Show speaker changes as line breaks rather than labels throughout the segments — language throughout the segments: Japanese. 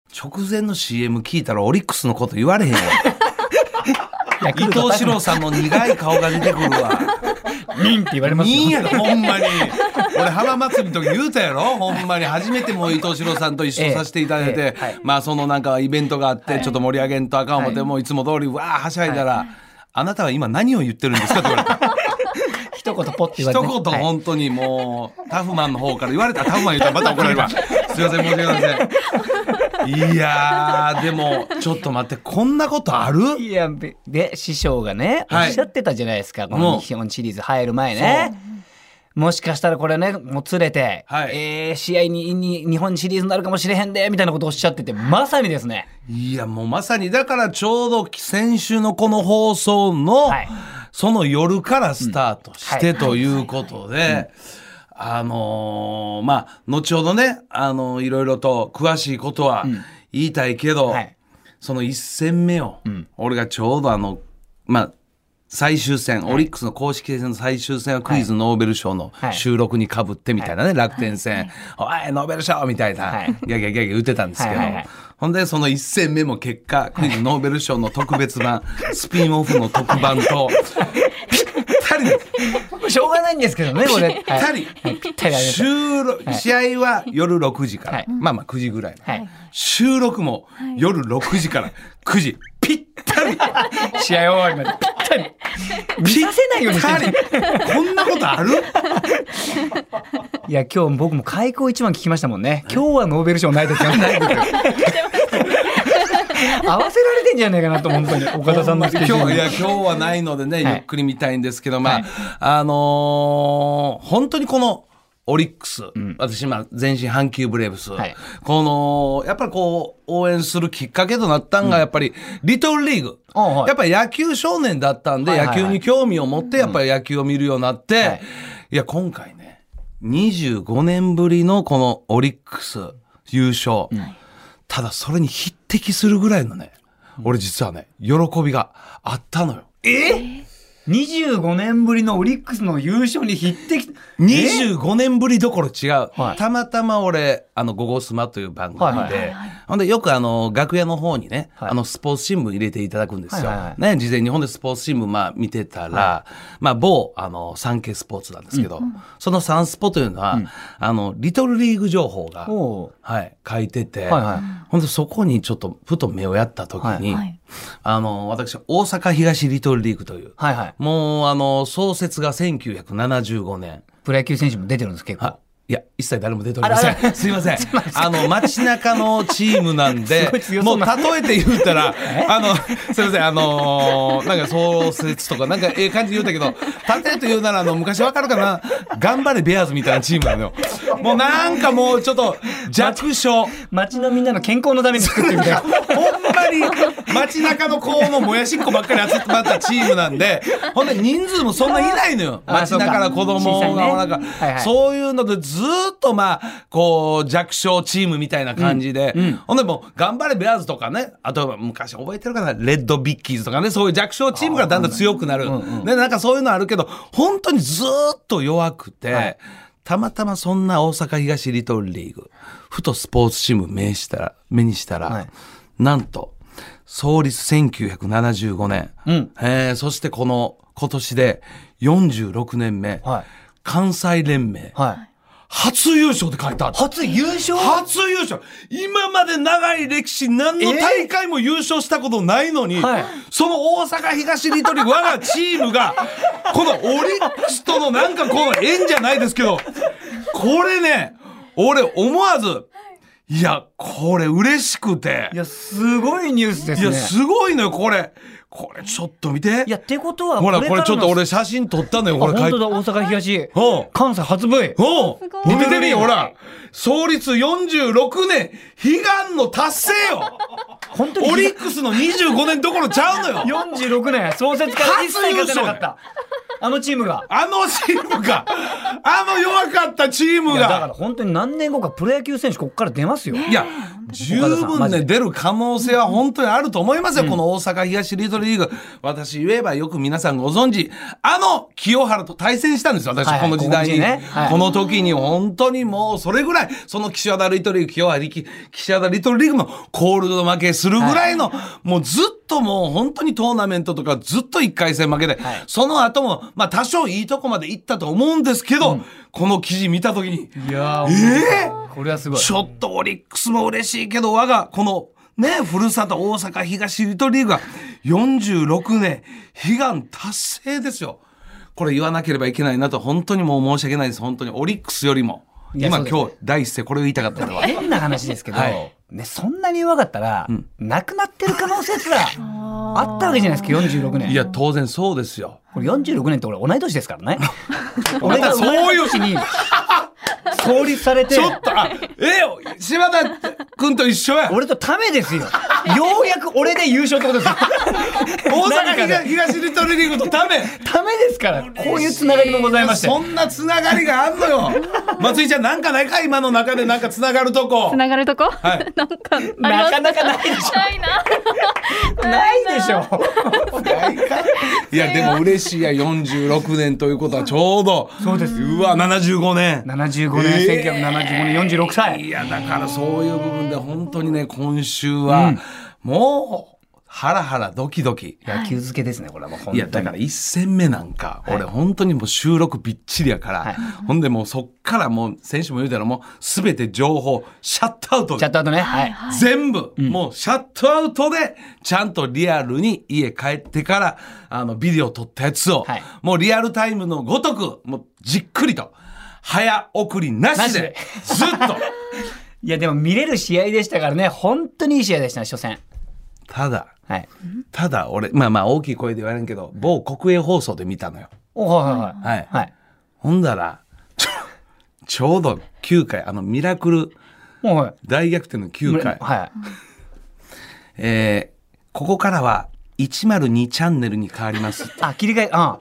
ヤ伊クルト藤四郎さんの苦い顔が出てくる わミンって言われます
いい
よ。
やろほんまに俺浜祭りの時言うたやろほんまに初めてもう伊藤四郎さんと一緒させていただいて、
ええはい
まあそのなんかイベントがあってちょっと盛り上げんとあかん思って、
はい
もういつも通りわあはしゃいだら、あなたは今何を言ってるんですか?」って言われた
一言ポッ て言
一
われて。
言
はい
本当にもう、タフマンの方から言われ たタフマン言ったらまた怒られるわすいません申し訳ありませんいやーでもちょっと待ってこんなことある
いやべで師匠がねお
はい
っしゃってたじゃないですか、こ
も
の
う
日本シリーズ入る前ねもしかしたらこれねもう連れて、
はい
えー試合にに日本シリーズになるかもしれへんでみたいなことをおっしゃっててまさにですね
いやもうまさにだからちょうど先週のこの放送の、
はい
その夜からスタートして
うん
ということで。あのーまあ後ほどね、あのーいろいろと詳しいことは言いたいけど、
はい
その1戦目を、俺がちょうどあの、まあ、最終戦、オリックスの公式戦の最終戦はクイズノーベル賞の
はい
収録にかぶってみたいなね、楽天戦、おい、ノーベル賞みたいな、
はい
ギャギャギャギャ打ってたんですけど、
はいはいはい
ほんでその1戦目も結果クイズノーベル賞の特別 版スピンオフの特番とぴったりです
しょうがないんですけどねこれぴっ
ったり
ぴったりありました
収録試合は夜6時から、
はい
まあまあ9時ぐらいの、
はい
収録も夜6時から9時ぴったり
試合終わりまでぴったり見させないようにして る
ぴったりこんなことある
いや今日僕も開口一番聞きましたもんね今日はノーベル賞ないですよないですよ合わせられてんじゃないかなと本当に岡田さんのスケジュー
今
ル
日い
に
や今日はないのでね、
はい
ゆっくり見たいんですけど、まあ、あのー本当にこのオリックス、私、まあ、全身阪急ブレーブス、
はい
この、やっぱりこう、応援するきっかけとなったんが、やっぱり、リトルリーグ。
あはい
やっぱり野球少年だったんで、
はいはいはい
野球に興味を持って、やっぱり野球を見るようになって、
はい
い、や、今回ね、25年ぶりのこのオリックス優勝。ただそれに匹敵するぐらいのね、俺実はね、喜びがあったのよ。
25年ぶりのオリックスの優勝に匹敵
25年ぶりどころ違う。
はい
たまたま俺、あの、ゴゴスマという番組で、
はいはいはい
ほんでよくあの、楽屋の方にね、
はい
あの、スポーツ新聞入れていただくんですよ。
はいはいはい
ね、事前にほんでスポーツ新聞、まあ見てたら、まあ某、あの、サンケイスポーツなんですけど、そのサンスポというのは、あの、リトルリーグ情報が、
お
はい、書いてて、
はいはい
ほんでそこにちょっとふと目をやった時に、
はいはい
あの私大阪東リトルリーグという、
はいはい
もうあの創設が1975年
プロ野球選手も出てるんです結構
あいや一切誰も出ておりませ
あらあ
ん すい ませんあの街中のチームなん
す
で
ごい強そ
も
う
う
な
例えて言うた らあのすいませんあのーなんか創設とかなんかええ感じで言うたけど例えて言うならあの昔わかるかな頑張れベアーズみたいなチームなのよもうなんかもうちょっと弱小
町のみんなの健康のために作ってるみたい な
ほんまに街中の子のもやしっこばっかり集まったチームなんで、ほんで人数もそんないないのよ。
あ
街中の子供
そうか
がおらんか
小さいねはいはい
そういうのでずーっとまあ、こう弱小チームみたいな感じで、ほんでもう頑張れベアーズとかね、あとは昔覚えてるかな、レッドビッキーズとかね、そういう弱小チームがだんだん強くなる。ね、なんかそういうのあるけど、本当にずーっと弱くて、
はい
たまたまそんな大阪東リトルリーグ、ふとスポーツチーム目したら、目にしたら、
はい
なんと、創立1975年、
うん
えーそしてこの今年で46年目、
はい
関西連盟、
はい
初優勝って書いてある。
初優勝
初優勝今まで長い歴史何の大会も優勝したことないのに、
はい
その大阪東リトル我がチームがこのオリックスとのなんかこの縁じゃないですけどこれね俺思わずいやこれ嬉しくて
いやすごいニュースです
い
ね
やすごいのよこれこれちょっと見て
いやってことは
ほらこれ
からの
ちょっと俺写真撮ったのよ
あ
これ書
本
いて
当だ大阪東
うん
関西初 V
おう
ごい
見てみほら創立46年悲願の達成 よ
本当に
オリックスの25年どころちゃうのよ
46年創設から一切勝てなかったあのチームが。
あのチームが、あの弱かったチーム
いやだか
が、
ら本当に何年後かプロ野球選手ここから出ますよ。
いや、十分
マジ
ね、
で
出る可能性は本当にあると思いますよ、この大阪東リトルリーグ。私言えばよく皆さんご存知、あの清原と対戦したんですよ、私、
はいは
こ
い
の時代に。
この時ねはい
この時に本当にもうそれぐらい、その岸和田リトルリーグ、清原力、岸和田リトルリーグもコールド負けするぐらいの、もうずっともう本当にトーナメントとかずっと1回戦負けで、
はい
その後も、まあ多少いいとこまで行ったと思うんですけど、この記事見た時に、
いやー、
えー
これはすごい。
ちょっとオリックスも嬉しいけど、我がこのね、ふるさと大阪東リトルリーグが46年悲願達成ですよ。これ言わなければいけないなと、本当にもう申し訳ないです。本当にオリックスよりも。
いや
今
そうです
今日第一声これを言いたかったのは。
変な話ですけど、
はい
ね、そんなに弱かったら、なくなってる可能性 すらあったわけじゃないですか、46年。
いや、当然そうですよ。
これ46年って俺同い年で すからね。
またそういう
年に創立されて
ち、ょっと、あ、えよ、柴田君と一緒や。
俺とためですよ。ようやく俺で優勝ってことですよ。
大
何か
阪
で
東リトルリーグとため。
ためですから、こういうつながりもございまして。
そんなつながりがあんのよ。松井ちゃん、なんかないか今の中でなんかつながるとこ
つ。ながるとこ、
い
なんかありま
な
す
かなかないでし
ないな
ょ。ないでしょ。
いやでも嬉しいや46年ということはちょうど そうですうわ75年
75年、
えー
1975年、46歳。
いやだからそういう部分で本当にね今週はもうハラハラドキドキ
野球漬けですね、これはもう本当
い
に。
やだから1戦目なんか俺本当にもう収録びっちりやから、
はい
ほんでもうそっからもう選手も言うたらもう全て情報シャットアウト
チ
で
ャットアウトね。はい。
全部、もうシャットアウトで、ちゃんとリアルに家帰ってから、あの、ビデオ撮ったやつを、
はい
もうリアルタイムのごとく、もうじっくりと、早送りな
な
し
し
で
で、
ずっと。
いや、でも見れる試合でしたからね、本当にいい試合でした、初戦。
ただ、
はい。
ただ俺、まあまあ大きい声で言われんけど、某国営放送で見たのよ。
おはいはいはい。
はい。
はい。
ほんだら、ちょ、ちょうど9回、あの、ミラクル
もうはい。
大逆転の9回。
はい。
えーここからは、102チャンネルに変わります。
あ、切り替え、あ、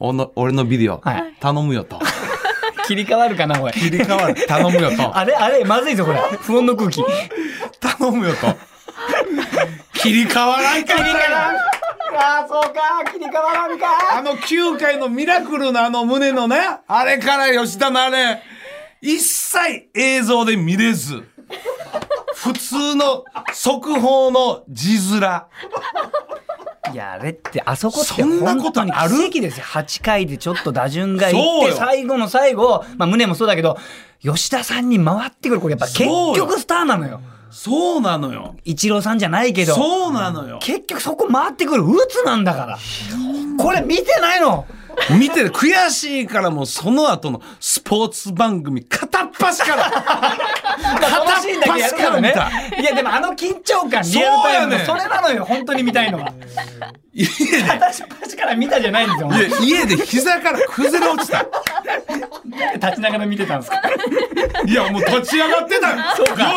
おの俺のビデオ、
はい
頼むよと。
切り替わるかな、これ。
切り替わる頼むよと
あれ、あれ、まずいぞ、これ。不穏の 空気。
頼むよと切り替わらんかったよ
ああ、そうか、切り替わらんか。
あの9回のミラクルのあの胸のねあれから吉田のあれ一切映像で見れず普通の速報の字面
いや、あれって、あそこって、
そんなこと
に
ある
奇跡ですよ。8回でちょっと打順がいっ
そう
て、
よ
最後の最後、まあ、胸もそうだけど、吉田さんに回ってくる、これやっぱ結
そうよ
局スターなのよ。
そうなのよ
一郎さんじゃないけど。
そうなのよ
結局そこ回ってくる鬱なんだからこれ見てないの
見てて悔しいからもうその後のスポーツ番組片っ端 から
楽しいんだけやるからね
片っ端から
いやでもあの緊張感
そう
リアルタ
や
イム
ねん
のそれなのよ本当に見たいのは
家で
私端から見たじゃないんですよ
いや家で膝から崩れ落ちた
立ちながら見てたんですか
いやもう立ち上がってたよ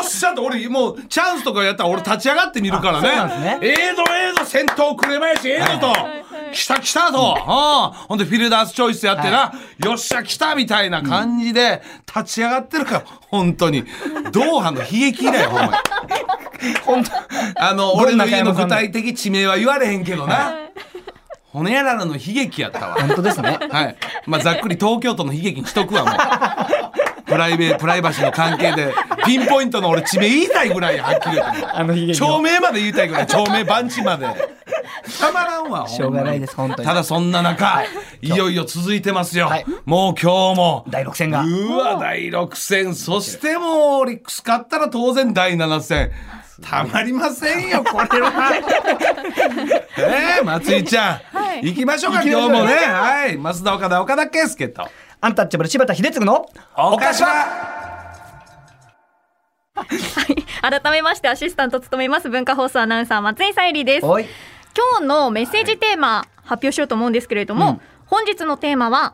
っしゃと俺もうチャンスとかやったら俺立ち上がってみるから
あそうなん
ね
で
ええぞええぞ先頭紅林ええぞと来た来たとうんほんでフィルダースチョイスやってなよっしゃ来たみたいな感じで立ち上がってるから本当にドーハの悲劇以来ほんま に
本当
あの
ど
俺
ん
の
な
家
買い
の
物
具
なんだ
体的地名は言われへんけどな骨やらの悲劇やったわ
本当ですね
はい。まあ、ざっくり東京都の悲劇にしとくわ、もう。プライベート、プライバシーの関係で、ピンポイントの俺、地名言いたいぐらいや、はっきり言って。
あの悲劇
町
を
名まで言いたいぐらい、町名、番地まで。たまらんわ、ほんまに
しょうがないです本当に
ただ、そんな中、いよいよ続いてますよ
はい。
もう今日も。
第6戦が
うわ、第6戦。そしてもう、オリックス勝ったら当然第7戦。たまりません よ、これは。ええ松井ちゃん。
はい
行きましょうか、
行きま
今日
しょう
もね。はい。増田岡田、岡田圭介と。
アンタッチャブル柴田秀嗣の
岡島
改めましてアシスタントを務めます文化放送アナウンサー松井さゆりです
おい
今日のメッセージテーマ発表しようと思うんですけれども、本日のテーマは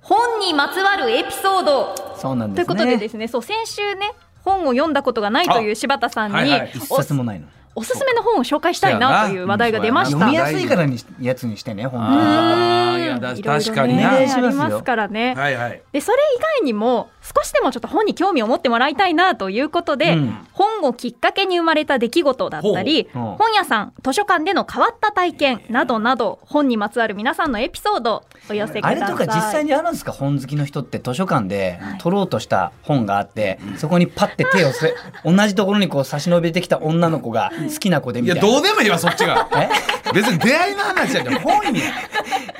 本にまつわるエピソード
そうなん
と
で
いう
すね
ことでですねそう先週ね本を読んだことがないという柴田さんに、
あはいはい
一冊もないの
おすすめの本を紹介したいなという話題が出まし
そう
読
た。
み
う
な
やすいからにやつにしてね、本当
あ
に。
ん
ーいやだ
いろいろね
確かにな
あ
お願いしますよ
りますからね。
はいはい
でそれ以外にも少しでもちょっと本に興味を持ってもらいたいなということで、
うん
本をきっかけに生まれた出来事だったり、
ほうほう
本屋さん図書館での変わった体験などなど本にまつわる皆さんのエピソードをお寄せくださ
あ
い。
れとか実際にあるんですか本好きの人って図書館で取ろうとした本があって、そこにパッて手をせ同じところにこう差し伸べてきた女の子が好きな子で
い
み
や
たいな。
どうでもいいわそっちが
え
別に出会いの話じゃん本や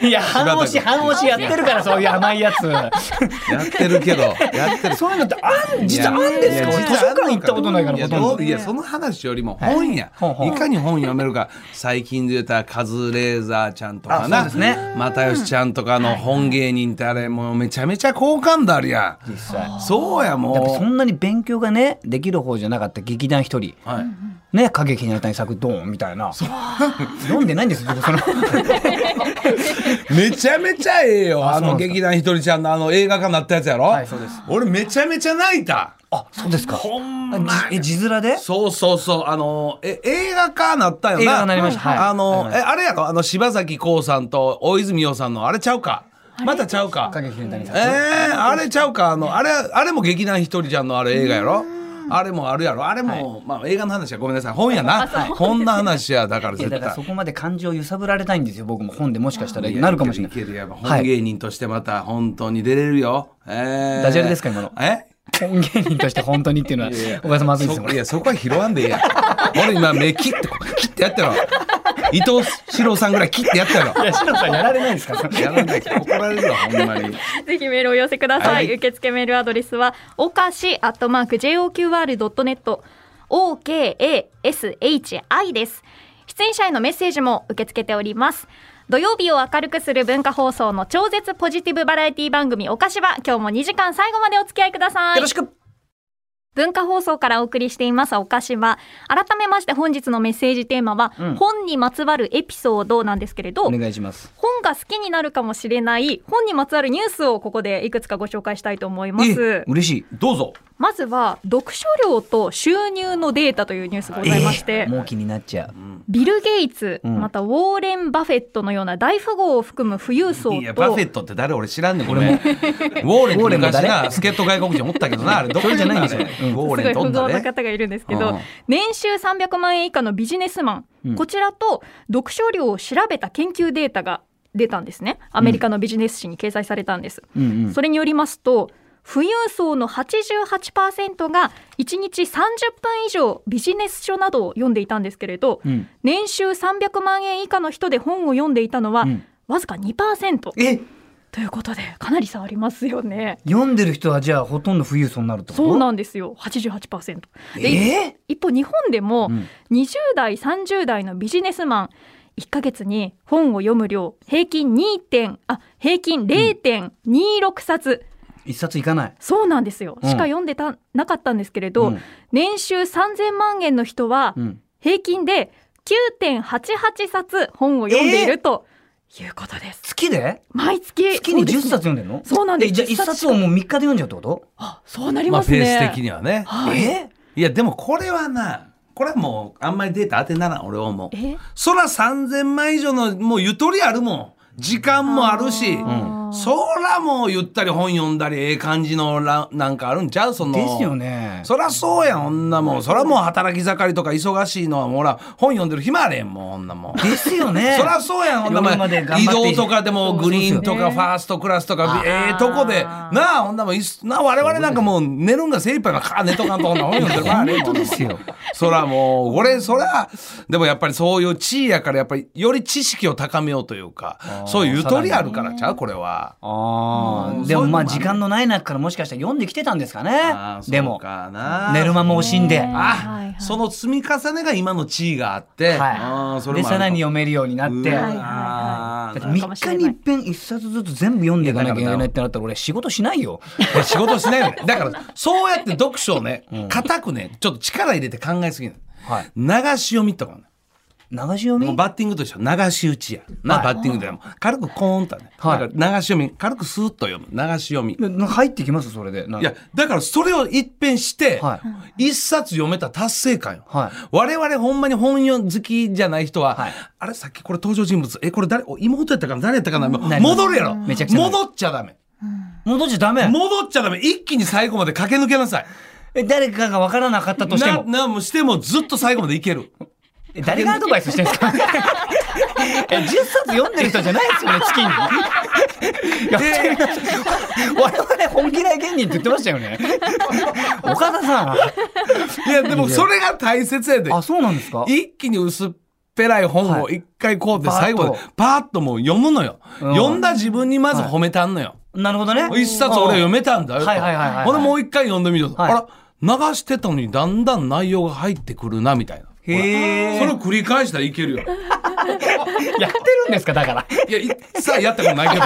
いや半押し半押しやってるからそういう甘 いやつ。
やってるけどやってる
そういうのってあん実はあんですか
いや
俺図書館行ったことないから
いや
ほとんど
いやその話よりも本や、
はいほう
い、
ほう
かに本読めるか最近で言ったらカズレーザーちゃんとか
あ
な、
そうですね
又吉ちゃんとかの本芸人ってあれもうめちゃめちゃ好感度あるやん
実際。やっ
そうやも
ぱそ
うん
なに勉強がねできる方じゃなかった劇団一人。
はい、
ね過激な対策ドーンみたいな。読んでないんですよ僕その。
めちゃめちゃええよあ
そうな
の
んですか
劇団ひとりちゃんのあの映画化になったやつやろ、
はいそうです
俺めちゃめちゃ泣いた
あそうですか。
ほんまに
あじえ字面で？
そうそうそうあのえ映画化なったよな
映画化なりましたはい
あの
はい
えあれやろあの柴咲コウさんと大泉洋さんのあれちゃうかまたちゃうか
過激な対策
え。ー、あれちゃうかあのあれあれも劇団ひとりちゃんのあれ映画やろあれもあるやろあれも、まあ映画の話はごめんなさい本やな本の話やだから
いや
絶
だから
対
そこまで感情を揺さぶられたいんですよ僕も本でもしかしたら
いや
なるかもしれ
い
な
け
い
るやば
は
本
い
芸人としてまた本当に出れるよ、えー
ダジャレですか今の
え
本芸人として本当にっていうのはお母さんまずいですよ
そいやそこは拾わんでええ やん俺今目切って切ってやったろ伊藤四郎さんぐらい切ってやったろ
や篠さんやられないんですか
やらないと怒られるわほんまに
ぜひメールをお寄せください。
はい
受付メールアドレスは、おかし、アットマーク、JOQR.net、OKASHI です。出演者へのメッセージも受け付けております。土曜日を明るくする文化放送の超絶ポジティブバラエティ番組おかしは、今日も2時間最後までお付き合いください。
よろしく
文化放送からお送りしていますお菓子は改めまして本日のメッセージテーマは、
うん
本にまつわるエピソードなんですけれど
お願いします
本が好きになるかもしれない本にまつわるニュースをここでいくつかご紹介したいと思います
嬉し
どうぞ
まずは読書量と収入のデータというニュースがございまして、
いもう気になっちゃう
ビル・ゲイツ、
うん
またウォーレン・バフェットのような大富豪を含む富裕層
いやバフ
と
ェットって誰俺知らんねんこれもウォーレン
ウォー
って
レンも
昔
誰
な助っ人外国人おったけどなあれどこにいるんだ
そ
ろう
うじ
ね
ゃないんですよ
ウォー
す
レ
ご
ン飛
い富
んだ
豪の
ね
方がいるんですけど、
うん
年収300万円以下のビジネスマン、
うん
こちらと読書量を調べた研究データが出たんですねアメリカのビジネス誌に掲載されたんです、
うんうん
それによりますと富裕層の88%が1日30分以上ビジネス書などを読んでいたんですけれど、
うん
年収300万円以下の人で本を読んでいたのは、
うん
わずか2%
え
ということでかなり差ありますよね。
読んでる人はじゃあほとんど富裕層になるってこと
そうなんんですよ88%で
え
一方日本でも
うん
20代30代のビジネスマン1ヶ月に本を読む量平均2点あ平均0.26冊、
一冊いかない
そうなんですよ
うん
しか読んでた、なかったんですけれど、
うん
年収3000万円の人は
うん
平均で9.88冊本を読んでいるということです、
月で
毎月
月に
そうで
10
す
冊読んでるの
そうなんです
えじゃあ一冊をもう3日で読んじゃうってこと
あそうなり
ま
ま
あ
す
ペ
ね、
ース的にはね
はい
え
いやでもこれはなこれはもうあんまりデータ当てならん俺は思う
え
そら3000万以上のもうゆとりあるもん時間もあるし
あー
そらもうゆったり本読んだりええ感じのらなんかあるんちゃうその
ですよね
そらそうやん女もうそらもう働き盛りとか忙しいのはもうほら本読んでる暇あれへんもん女もう
ですよ ね
そらそうやん、ほんな
夜
も
ま
ん
で頑
移
張って
動とかでもグリーンとかファーストクラスとか、
あ
ええとこで、なあ、ほんなもんいっす、なあ、我々なんかもう寝るんが精一杯な、かあ寝とかんと、ほんな本読んで るからね。
本当ですよ。
そらもう、俺、そら、でもやっぱりそういう地位やから、やっぱりより知識を高めようというか、そういうゆとりあるからちゃう、これは。
あ
うん
あでもまあ
そう
時
いうのもある
間のない中からもしかしたら読んできてたんですか
あ
ね
ー
で
そう
も
かな
寝る間も惜しんで
ね
あ、
はいはい
その積み重ねが今の地位があって、あー
はいで
もある
さ
から
に読めるようになって
うわ
はいはい
あー
だって3日に一遍一冊ずつ全部読んでいかなきゃいけないってなったら俺仕事しないよ
いや仕事しないよね。だから、そうやって読書をね、固くね、ちょっと力入れて考えすぎない。
はい
流し読みとかね。
流し読
もう
み
バッティングと一緒流し打ちやな、
はい
バッティングでも軽くコーンとね、
はい
だから流し読み軽くスーッと読む流し読み
な入ってきますそれでい
いやだからそれを一変して、
は
一冊読めた達成感よ、
はい
我々ほんまに本読好きじゃない人は、
はい
あれさっきこれ登場人物えこれ誰お妹やったかな誰やったかな、
なります
戻るやろ
めちゃくちゃなる
戻っちゃダメ
戻っちゃダメ
戻っちゃダメ一気に最後まで駆け抜けなさい
え誰かが分からなかったとして
な
も
なもしてもずっと最後までいける
え誰がアドバイスしてるんで すかえ10冊読んでる人じゃないですよね月に やってみましょう我々本気ない芸人って言ってましたよ ね岡田さ
い やでもそれが大切やで
んあそうなんですか
一気に薄っぺらい本を
は
一回こうで最後まで
パーッと
パーッともう読むのよ、
うん
読んだ自分にまず褒めたんのよ、
なるほどね
一冊俺読めたんだよと
はいはいはいはい
ほんでもう一回読んでみると、
はい
あら流してたのにだんだん内容が入ってくるなみたいな
へえ
それを繰り返したらいけるよ
やってるんですかだから
いやいさあやったことないけ ど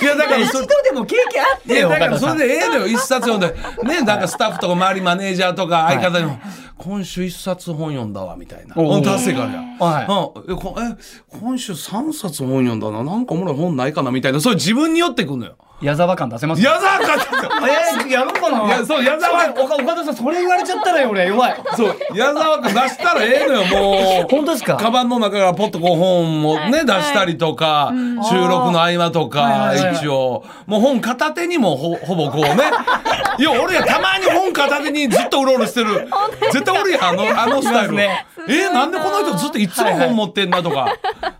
いやだから
一
そ
度
れ
でも経験あっ
い
て
や
よ
だから
岡田
そ
さん
れでええのよ一冊 読んでねなんかスタッフとか周りマネージャーとか相方にも、今週一冊本読んだわみたいな
おう
うん達成感じゃん
は
うん、えこえ今週3冊本読んだななんかおもろい本ないかなみたいなそれ自分に寄ってくんのよ。
い矢沢感出せます
矢沢か
えやろうかない
やそう矢沢
岡岡田さんそれ言われちゃったらよ俺弱い
そう矢沢か出したらええのよもう。
本当ですか
カバンの中からポッとこう本をね、出したりとか、収録の合間とか、
はいはいはい
一応、もう本片手にもほ ほぼこうね。いや、俺やたまに本片手にずっとうろうろしてる。絶対俺や、あの、あのスタイル。
いま
え、なんでこの人ずっといつも本持ってんなとか、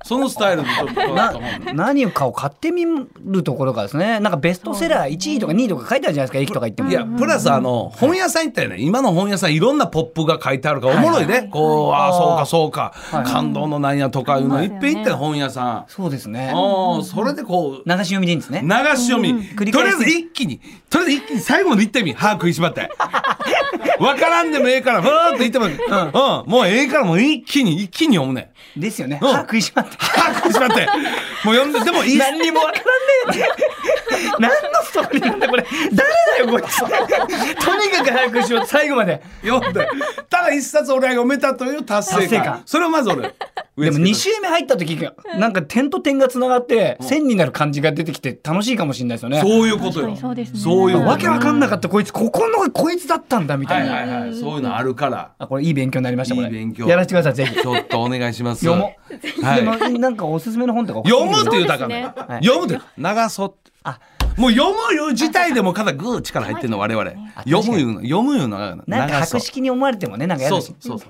そのスタイルでちょっとこうやっ
な
たもんね
何かを買ってみるところがですねなんかベストセラー1位とか2位とか書いてあるじゃないですか駅とか行っても
いや、プラスあの、本屋さん行ったよね。今の本屋さんいろんなポップが書いてあるから、おもろいね。こう、ああ、そうかそうか、感動のなんやとかいうの、いっぺん行ったよ、本屋さん。
そうですね
ああ、それでこう、
流し読みでいいんですね
流し読み、と
繰り
りあ
返
え
し
ず一気にとりあえず一気に最後まで行ってみ歯食いしばって 分からんでもええからふーっと言ってもらって、うんもうええからもう一気に一気に読むね
ですよね
うん
歯食いしまって
歯食いしばってもう読んででもいい
何にもわからんね え何のストーリーなんだこれ誰だよこいつ とにかく早くしよう最後まで
読んでただ一冊俺は読めたという達成感
達成感
それをまず俺
でも
植え
2
付け
周目入った時がなんか点と点がつながって線になる感じが出てきて楽しいかもしれないですよ
た
ね
そういうこと
確か
よ
にそうですね
そういうこと
わけわかんなかったこいつここのこいつだったんだみた
はいい
な、
はいはいそういうのあるから
あこれいい勉強になりましたこれ
いい勉強
やらせてくださいぜひ
ちょっとお願いします
読もう、
はい
でもなんかおすすめの本とか
読むって言うたらあかんねん
そうです
ねはい
読むって流そうって
あ
もう読むいう自体でも肩グー力入ってるの我々
あ
読むいうの読むいうのが流
なんか
そ
博
う
識に思われてもねなんかや
そ
だ
う
し
そうそうそう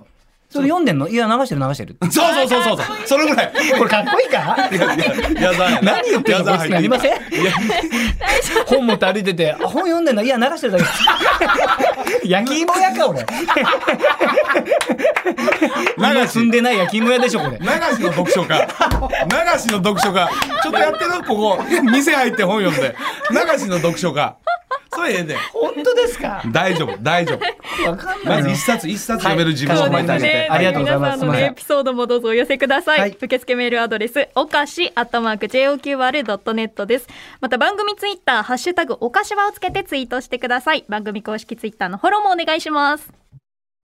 それ読んでんのいや流してる流してる
そうそうそうそうそれぐら い
これかっこいいか
いやいや矢沢やな
何言って
矢
んのこいつな
沢
り
入
ません
いや
本持って歩いててあ本読んでんのいや流してるだ け焼き芋屋か俺今住んでない焼き芋屋でしょこれ
流しの読書家流しの読書家ちょっとやってるここ店入って本読んで流しの読書家それええで
本当ですか
大丈夫大丈夫
わかんな
ま
い
ず
の
一冊一冊読める自分を
は
そ
いう
褒
で
めてあ
す
げて
ね。
ありがとうございます
皆さ
すい
んのね
ません
エピソードもどうぞお寄せください。
はい
受付メールアドレス、おかし、あったまーく、joqr.net です。また番組ツイッター、ハッシュタグ、おかしわをつけてツイートしてください。番組公式ツイッターのフォローもお願いします。